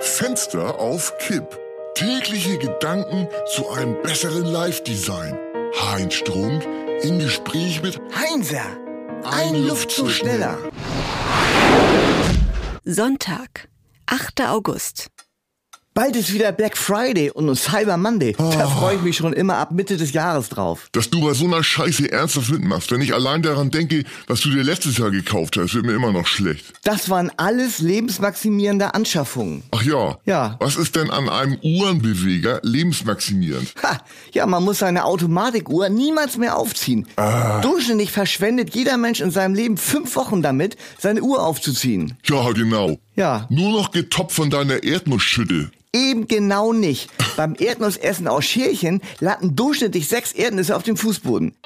Fenster auf Kipp. Tägliche Gedanken zu einem besseren Live-Design. Heinz Strunk im Gespräch mit Heinzer, Ein Luftzug ne? schneller. Sonntag, 8. August. Bald ist wieder Black Friday und Cyber Monday. Da Oh. freue ich mich schon immer ab Mitte des Jahres drauf. Dass du bei so einer Scheiße ernsthaft mitmachst, wenn ich allein daran denke, was du dir letztes Jahr gekauft hast, wird mir immer noch schlecht. Das waren alles lebensmaximierende Anschaffungen. Ach ja. Ja. Was ist denn an einem Uhrenbeweger lebensmaximierend? Ha, ja, man muss seine Automatikuhr niemals mehr aufziehen. Ah. Durchschnittlich verschwendet jeder Mensch in seinem Leben fünf Wochen damit, seine Uhr aufzuziehen. Ja, genau. Ja. Nur noch getoppt von deiner Erdnussschütte. Eben genau nicht. Beim Erdnussessen aus Schälchen landen durchschnittlich sechs Erdnüsse auf dem Fußboden.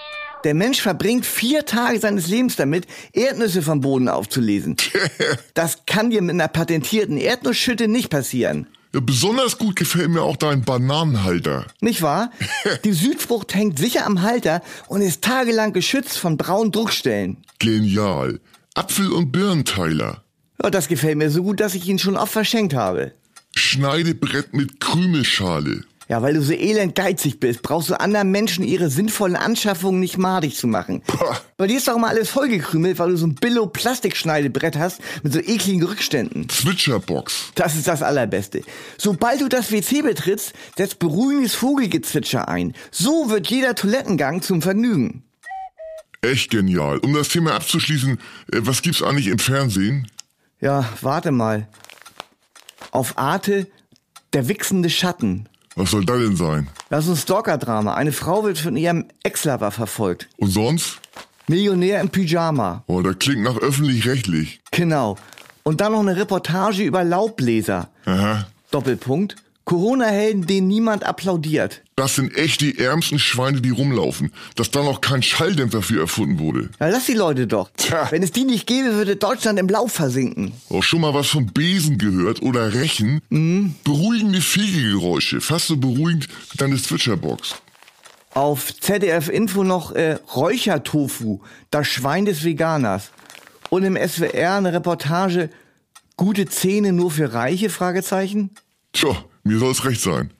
Der Mensch verbringt vier Tage seines Lebens damit, Erdnüsse vom Boden aufzulesen. Das kann dir mit einer patentierten Erdnussschütte nicht passieren. Ja, besonders gut gefällt mir auch dein Bananenhalter. Nicht wahr? Die Südfrucht hängt sicher am Halter und ist tagelang geschützt von braunen Druckstellen. Genial. Apfel- und Birnteiler. Ja, das gefällt mir so gut, dass ich ihn schon oft verschenkt habe. Schneidebrett mit Krümelschale. Ja, weil du so elend geizig bist, brauchst du anderen Menschen ihre sinnvollen Anschaffungen nicht madig zu machen. Pah. Bei dir ist doch immer alles vollgekrümelt, weil du so ein Billo-Plastikschneidebrett hast mit so ekligen Rückständen. Zwitscherbox. Das ist das Allerbeste. Sobald du das WC betrittst, setzt beruhigendes Vogelgezwitscher ein. So wird jeder Toilettengang zum Vergnügen. Echt genial. Um das Thema abzuschließen, äh, was gibt's eigentlich im Fernsehen? Ja, warte mal. Auf Arte, der wichsende Schatten. Was soll da denn sein? Das ist ein Stalker-Drama. Eine Frau wird von ihrem Ex-Lover verfolgt. Und sonst? Millionär im Pyjama. Oh, da klingt nach öffentlich-rechtlich. Genau. Und dann noch eine Reportage über Laubbläser. Aha. Doppelpunkt. Corona-Helden, denen niemand applaudiert. Das sind echt die ärmsten Schweine, die rumlaufen. Dass da noch kein Schalldämpfer für erfunden wurde. Ja, lass die Leute doch. Tja. Wenn es die nicht gäbe, würde Deutschland im Lauf versinken. Auch schon mal was vom Besen gehört oder Rechen? Beruhigende Fegegeräusche. Fast so beruhigend wie deine Zwitscherbox. Auf ZDF Info noch äh, Räuchertofu, das Schwein des Veganers. Und im SWR eine Reportage Gute Zähne nur für Reiche? Fragezeichen. Tja, mir soll's recht sein.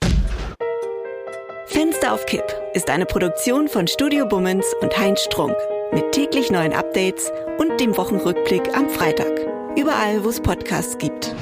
Fenster auf Kipp ist eine Produktion von Studio Bummens und Heinz Strunk. Mit täglich neuen Updates und dem Wochenrückblick am Freitag. Überall, wo es Podcasts gibt.